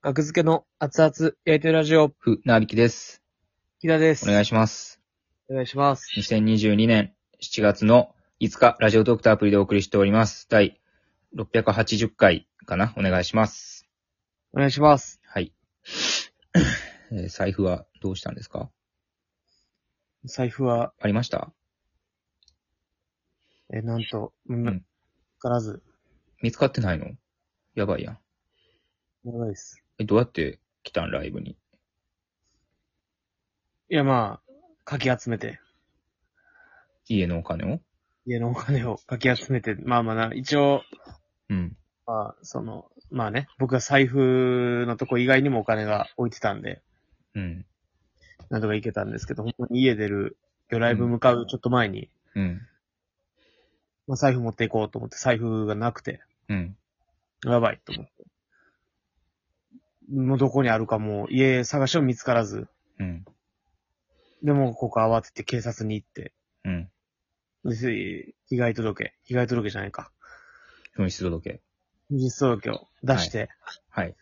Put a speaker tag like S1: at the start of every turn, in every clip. S1: 格付けの熱々やりとりラジオ、
S2: ふ、なびきです。
S1: 木田です。
S2: お願い
S1: し
S2: します。
S1: お願いします。
S2: 2022年7月の5日、ラジオトークとアプリでお送りしております。第680回かなお願いします。
S1: お願いします。
S2: はい。えー財布はどうしたんですか
S1: 財布は、
S2: ありました
S1: え、なんと、うん、
S2: ん
S1: わからず、
S2: 見つかってないのやばいやん。
S1: やばいです。
S2: え、どうやって来たんライブに。
S1: いや、まあ、かき集めて、
S2: 家のお金を
S1: 家のお金をかき集めて、まあまあな、一応、
S2: うん。
S1: まあ、その、まあね、僕は財布のとこ以外にもお金が置いてたんで、
S2: うん。
S1: なんとか行けたんですけど、本当に家出る、今日ライブ向かうちょっと前に、
S2: うん。
S1: まあ、財布持っていこうと思って、財布がなくて、
S2: うん。
S1: やばいと思って。もうどこにあるかもう、家探しを見つからず、
S2: うん。
S1: でも、ここ慌てて警察に行って、
S2: うん。
S1: で被害届、被害届じゃないか。
S2: 紛失届。
S1: 実装届を出して、
S2: はい。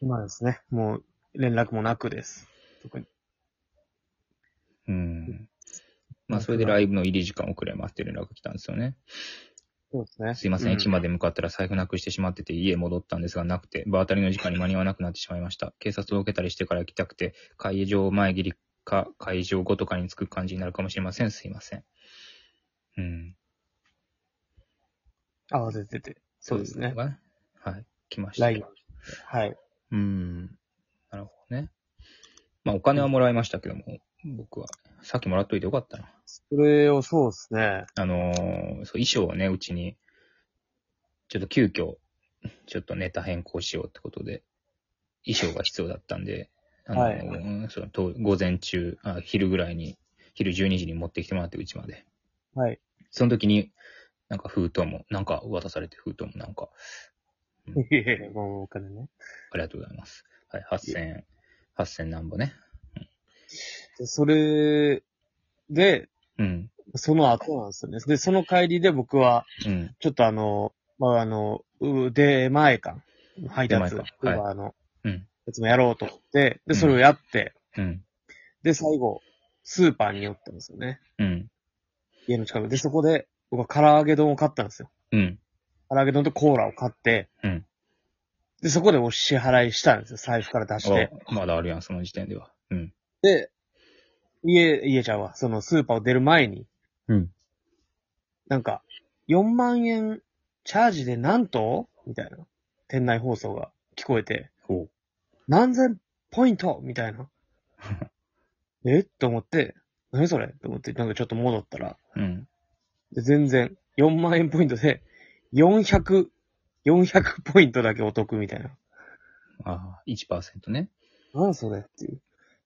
S1: 今ですね、もう連絡もなくです。特に。
S2: うん。まあ、それでライブの入り時間遅れますって連絡が来たんですよね。
S1: そうですね。
S2: すいません、
S1: う
S2: 駅まで向かったら財布なくしてしまってて家戻ったんですがなくて、場当たりの時間に間に合わなくなってしまいました。警察を受けたりしてから来たくて、会場前切りか会場後とかに着く感じになるかもしれません。すいません。うん。
S1: 慌ててて。そうですね。
S2: はい。来ました。
S1: ライン。はい。
S2: うん。なるほどね。まあ、お金はもらいましたけども、僕は。さっきもらっといてよかったな。
S1: それを、そうですね。
S2: あのーそう、衣装をね、うちに、ちょっと急遽、ちょっとネタ変更しようってことで、衣装が必要だったんで、あのー
S1: はい
S2: うんそのと午前中あ、昼ぐらいに、昼12時に持ってきてもらって、うちまで。
S1: はい。
S2: その時に、なんか封筒も、なんか渡されて封筒もなんか、
S1: いやいやもうお金ね。
S2: ありがとうございます。はい、8000円、8000なんぼね。
S1: でそれで、
S2: うん、
S1: その後なんですよね。で、その帰りで僕は、
S2: うん、
S1: ちょっとあの、まあ、あの、腕前か、配達、
S2: 出
S1: は
S2: 前館はい
S1: あの、
S2: うん
S1: やつもやろうと思って、
S2: ん
S1: で、それをやって、
S2: うん、
S1: で、最後、スーパーに寄ったんですよね。
S2: うん、
S1: 家の近くで。そこで、僕は唐揚げ丼を買ったんですよ。
S2: うん、
S1: 唐揚げ丼とコーラを買って、
S2: うん
S1: で、そこでお支払いしたんですよ。財布から出して。
S2: あまだあるやん、その時点では。うん、
S1: で、家、家ちゃんは、そのスーパーを出る前に、
S2: うん
S1: なんか、4万円チャージでなんとみたいな。店内放送が聞こえて、
S2: ほ
S1: 何千ポイントみたい な。えと思って、何それと思って、なんかちょっと戻ったら、
S2: う、うん、
S1: で全然、4万円ポイントで、400、400ポイントだけお得みたいな。
S2: ああ、1%ね。
S1: なんそれっていう。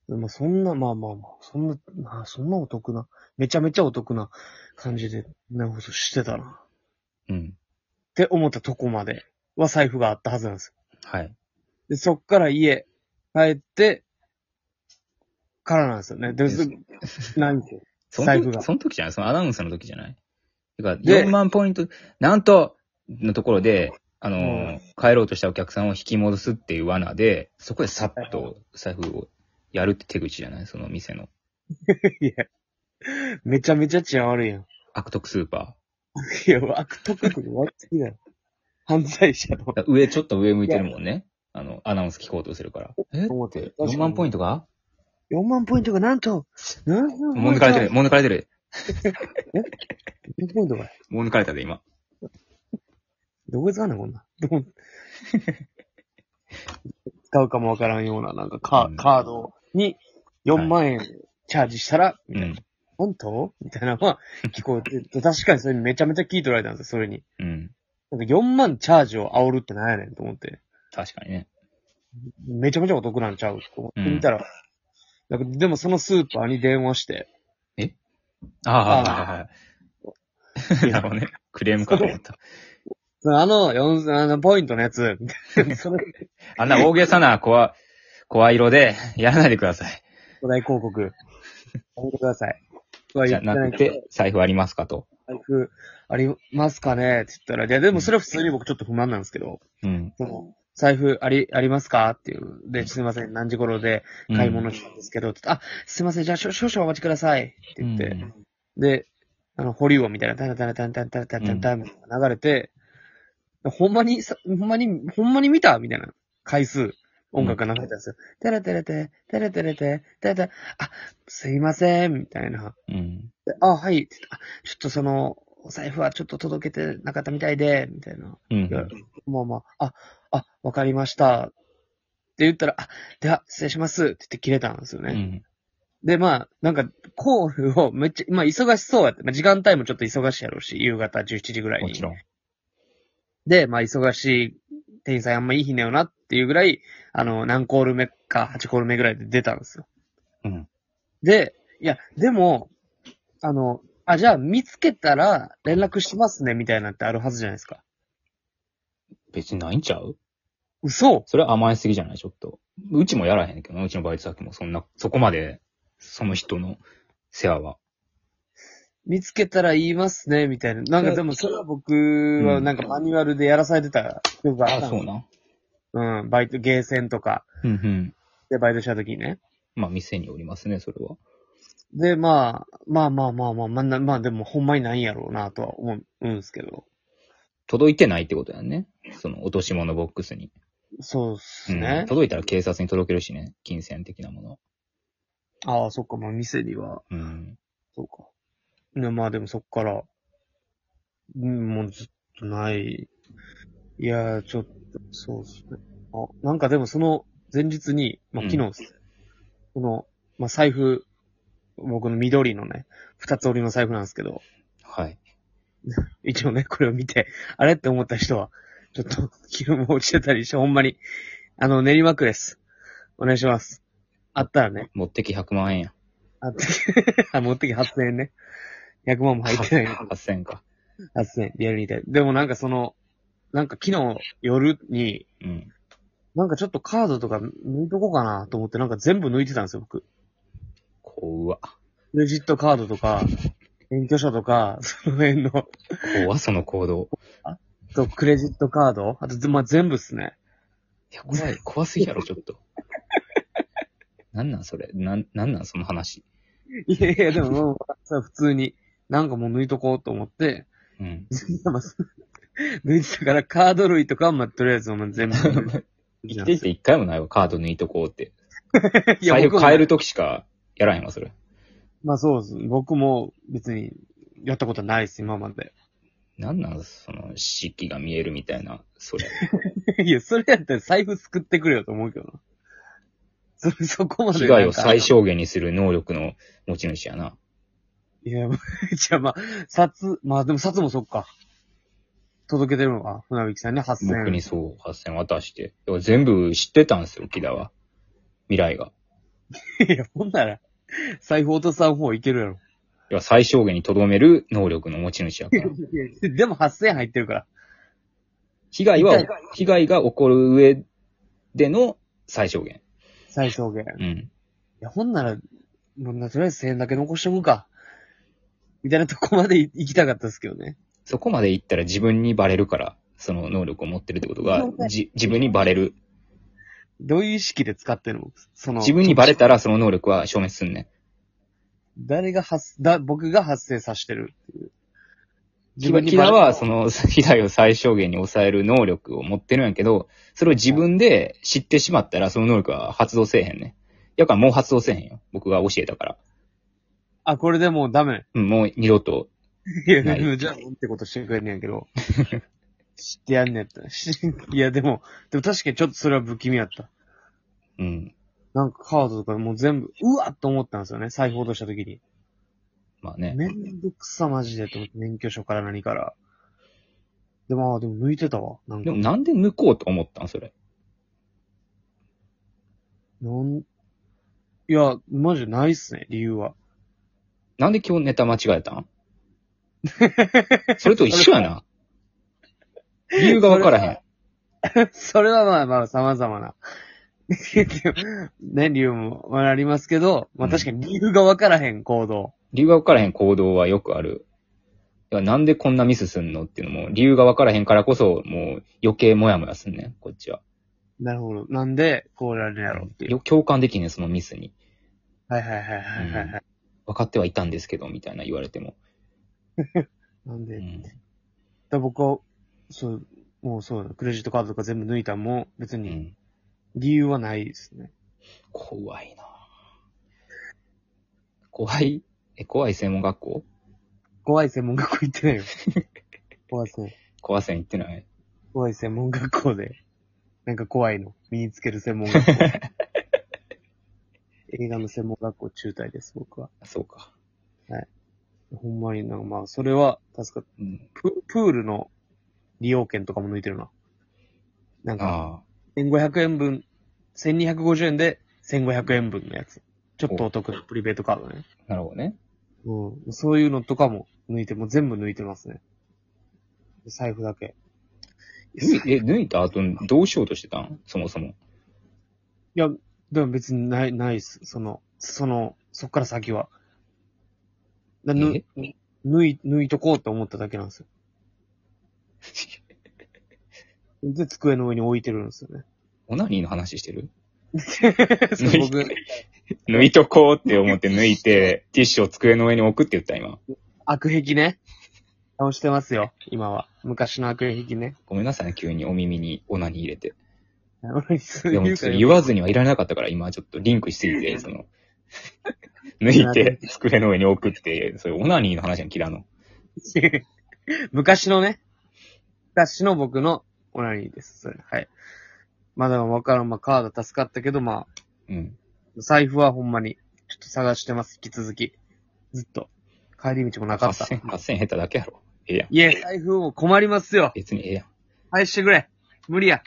S1: でもそんな、まあまあまあ、そんな、まあそんなお得な、めちゃめちゃお得な感じで、なるほどしてたな。っ
S2: うん、
S1: て思ったとこまでは財布があったはずなんですよ。
S2: はい。
S1: で、そっから家帰って、からなんですよね。で、
S2: です
S1: なんて
S2: そ
S1: 財
S2: の
S1: 布が
S2: 時、その時じゃないそのアナウンスの時じゃないだから、
S1: で
S2: 4万ポイント、なんと、のところで、あのー
S1: うん
S2: 帰ろうとしたお客さんを引き戻すっていう罠で、そこでさっと財布をやるって手口じゃないその店の。
S1: いや、めちゃめちゃ治安悪いやん。
S2: 悪徳スーパ
S1: いや、悪徳って悪すぎだよ。犯罪者の
S2: ー。。だから上、ちょっと上向いてるもんね。あの、アナウンス聞こうとするから。え
S1: 思って。
S2: ?4 万ポイントが
S1: 4万ポイントがなんと、なんと、
S2: もう抜かれてる、もう抜かれてる。
S1: 4万ポイントが。
S2: もう抜かれたで、今。
S1: どこで使うねん、こんなん。どこ使うかもわからんような、なんかカ,、
S2: うん
S1: カードに4万円チャージしたら、み
S2: う。
S1: たいなん本当みたいなのは聞こえて、確かにそれめちゃめちゃ聞い取られたんですよ、それに。
S2: うん。
S1: なんか4万チャージを煽るってなんやねんと思って。
S2: 確かにね。
S1: めちゃめちゃお得なんちゃうと思ってみたら、なんかでもそのスーパーに電話して、
S2: ああ、
S1: あ
S2: はい はいはい。なるほどね。クレームかと思った。
S1: そのあの4、あのポイントのやつ、 みたいなそれ、
S2: あんな大げさな、こわ、声色で、やらないでください。
S1: 巨大広告、やめてください。とは
S2: じ
S1: 言っ
S2: ゃ
S1: てな
S2: ないく
S1: けど
S2: て、財布ありますかと。
S1: 財布ありますかねって言ったら、いや、でもそれは普通に僕ちょっと不満なんですけど、
S2: うん。
S1: その財布あり、ありますかっていう。で、すいません、何時頃で買い物したんですけど、って言ってあ、すいません、じゃあ少少々お待ちください。って言って、
S2: うん
S1: で、あの、保留音みたいな、タンタンタンタンタンタンタンタンみたいなのが流れて、ほんまにさ、ほんまに、ほんまに見たみたいな回数、音楽が流れたんですよ。テレテレテ、テレテレテ、テレテレ、あ、すいません、みたいな。
S2: うん。
S1: であ、はい。って言ってあちょっとその、お財布はちょっと届けてなかったみたいで、みたいな。
S2: うん。
S1: いやまあまあ、あ、あ、わかりました。って言ったら、あ、では、失礼します。って言って切れたんですよ
S2: う
S1: ね。
S2: ん。
S1: で、まあ、なんか、コールをめっちゃ、まあ、忙しそうやって、まあ、時間帯もちょっと忙しいやろうし、夕方17時ぐらいに。
S2: もちろん。
S1: で、まあ、忙しい店員さんあんまいい日ねよなっていうぐらい、あの、何コール目か8コール目ぐらいで出たんですよ。
S2: うん。
S1: で、いや、でも、あの、あ、じゃあ見つけたら連絡しますね、みたいなってあるはずじゃないですか。
S2: 別にないんちゃう
S1: 嘘
S2: それは甘えすぎじゃないちょっと。うちもやらへんけどな、うちのバイト先もそんな、そこまで、その人の世話は。
S1: 見つけたら言いますね、みたいな。なんかでも、それは僕はなんかマニュアルでやらされてたよくあっ
S2: あ
S1: た
S2: あ、
S1: んで
S2: そ
S1: す
S2: うな。
S1: うん、バイト、ゲーセンとか
S2: うんうん。
S1: でバイトした時にね。
S2: まあ、店におりますね、それは。
S1: で、まあ、まあまあまあまあ、まあな、まあでもほんまにないんやろうなとは思う思うんですけど。
S2: 届いてないってことやんね。その、落とし物ボックスに。
S1: そうっす
S2: うん
S1: ね。
S2: 届いたら警察に届けるしね、金銭的なもの。
S1: ああ、そっか、まあ店には、
S2: うん。
S1: そうか。ね、まあでもそっから、うん、もうずっとない。いやー、ちょっと、そうっすね。あ、なんかでもその前日に、まあ
S2: うん
S1: 昨日っすね、この、まあ財布、僕の緑のね、二つ折りの財布なんですけど、
S2: はい。
S1: 一応ね、これを見て、あれって思った人は、ちょっと、気分も落ちてたりして、ほんまに、あの、練馬区です。お願いします。あったらね、
S2: 持ってき100万円や。
S1: あって、 あ持ってき8000円ね。100万も入ってない。
S2: 8000円か。
S1: 8000円、リアルにで。でもなんかその、なんか昨日夜に、
S2: うん。
S1: なんかちょっとカードとか抜いとこうかなと思って、なんか全部抜いてたんですよ、僕。
S2: 怖。
S1: クレジットカードとか、免許証とか、その辺の、
S2: 怖、その行動。
S1: と、クレジットカードあと、まあ、全部っすね。
S2: いや、怖い。怖すぎやろ、ちょっと。なんなん、それ。なん、なんなん、その話。
S1: いやいや、でももう、さ普通に、なんかもう抜いとこうと思って、
S2: うん。
S1: まあ抜いてたからカード類とかは、まあ、とりあえず、まあ、全部抜いて。
S2: 生きてて一回も ないわ、カード抜いとこうって。
S1: いや
S2: 財布
S1: 僕も
S2: 変えるときしかやらへんわ、それ。
S1: まあそうです。僕も別に、やったことないです、今まで。
S2: なんなん、その、漆器が見えるみたいな、それ。
S1: いや、それやったら財布作ってくれよと思うけどな。そ、そこまで。
S2: 被害を最。小限にする能力の持ち主やな。
S1: いや、ま あじゃあまあ、札、まあでも札もそっか。届けてるのか、船引さんね、8000円。
S2: 僕にそう、8000渡して。だから全部知ってたんですよ、木田は。未来が。
S1: いや、ほんなら、財布落とさん方いけるやろ。
S2: いや最小限にとどめる能力の持ち主やから。
S1: でも8000円入ってるから。
S2: 被害は
S1: 被害、
S2: 被害が起こる上での最小限。
S1: 最小限。い
S2: うん。
S1: や、ほんなら、もうな、とりあえず1000円だけ残しておくか。みたいなとこまでい行きたかったですけどね。
S2: そこまでいったら自分にバレるから、その能力を持ってるってことが
S1: 了、解
S2: じ自分にバレる。
S1: どういう意識で使ってるのその、
S2: 自分にバレたらその能力は消滅すんね
S1: 誰が発、だ、僕が発生させてるっていう。
S2: ん。木田は、そ
S1: の、
S2: の、 被害を最小限に抑える能力を持ってるんやけど、それを自分で知ってしまったら、その能力は発動せえへんね。やからもう発動せえへんよ。僕が教えたから。
S1: あ、これでもうダメ。
S2: うん、もう二度と。
S1: いや、
S2: ない
S1: でも じゃあ、ってことしてくれんねんけど。 知ってやんねんって。し いや、でも、でも確かにちょっとそれは不気味やった。
S2: うん。
S1: なんかカードとかもう全部、うわっと思ったんですよね。財布落とした時に。
S2: まあね。
S1: めんどくさマジでと思って、免許証から何から。でも、あーでも抜いてたわ。なん
S2: で
S1: か、
S2: もなんで抜こうと思ったんそれ。
S1: なん、いや、マジでないっすね、理由は。
S2: なんで基本ネタ間違えたん それと一緒やな。理由がわからへん。
S1: それはまあまあ様々な。 ね、理由もありますけど、まあ確かに理由がわからへん行動。
S2: 理由がわからへん行動はよくある。いやなんでこんなミスすんのっていうのも、理由がわからへんからこそ、もう余計モヤモヤすんねん、こっちは。
S1: なるほど。なんで、こうなるんやろうっていう。
S2: よ共感できんねん、そのミスに。
S1: はいはいはいはいはいはい。
S2: 分かってはいたんですけど、みたいな言われても。
S1: なんで、
S2: う
S1: だか
S2: ん。
S1: ら僕は、そう、もうそうだ、クレジットカードとか全部抜いたんも、別
S2: う
S1: に
S2: ん、
S1: 理由はないですね。
S2: 怖いな怖いえ、怖い専門学校
S1: 怖い専門学校行ってないよ。怖い専
S2: 怖せん行ってない
S1: 怖い専門学校で、なんか怖いの、身につける専門学校。映画の専門学校中退です、僕は。
S2: あそうか。
S1: ほんまになんかまあ、それは、確か、
S2: うん。
S1: ププールの利用券とかも抜いてるな。なんか、
S2: ああ。
S1: 1500円分、1250円で1500円分のやつ。ちょっとお得なプリペイトカードね。
S2: なるほどね。
S1: うん。そういうのとかも抜いて、もう全部抜いてますね。財布だけ。
S2: 抜いえ、抜いた後、どうしようとしてたんそもそも。
S1: いや、でも別にない、ないっす。その、その、そっから先は。だぬ
S2: え
S1: 抜い、抜いとこうと思っただけなんで すよ。で、机の上に置いてるんですよ ね。
S2: オナニーの話してる
S1: そう僕、
S2: 抜いとこうって思って抜いて、ティッシュを机の上に置くって言った今。
S1: 悪癖ね。倒してますよ、今は。昔の悪癖ね。
S2: ごめんなさいね、急にお耳にオナニー入れて。
S1: 俺、そう
S2: でも
S1: い
S2: ちょ
S1: う
S2: っ
S1: か
S2: と言わずにはいられなかったから、今ちょっとリンクしすぎ て、その、抜いて机の上に置くって、そういうオナニーの話は嫌の。
S1: 昔のね、昔の僕のオナニーです、それ。はい。まだわからん、まあカード助かったけど、まあ、
S2: うん。
S1: 財布はほんまに、ちょっと探してます、引き続き。ずっと。帰り道もなかった。
S2: 8000、8000減っただけやろ。ええやん。
S1: いえ、財布も困りますよ。
S2: 別にええやん。
S1: 返してくれ。無理や。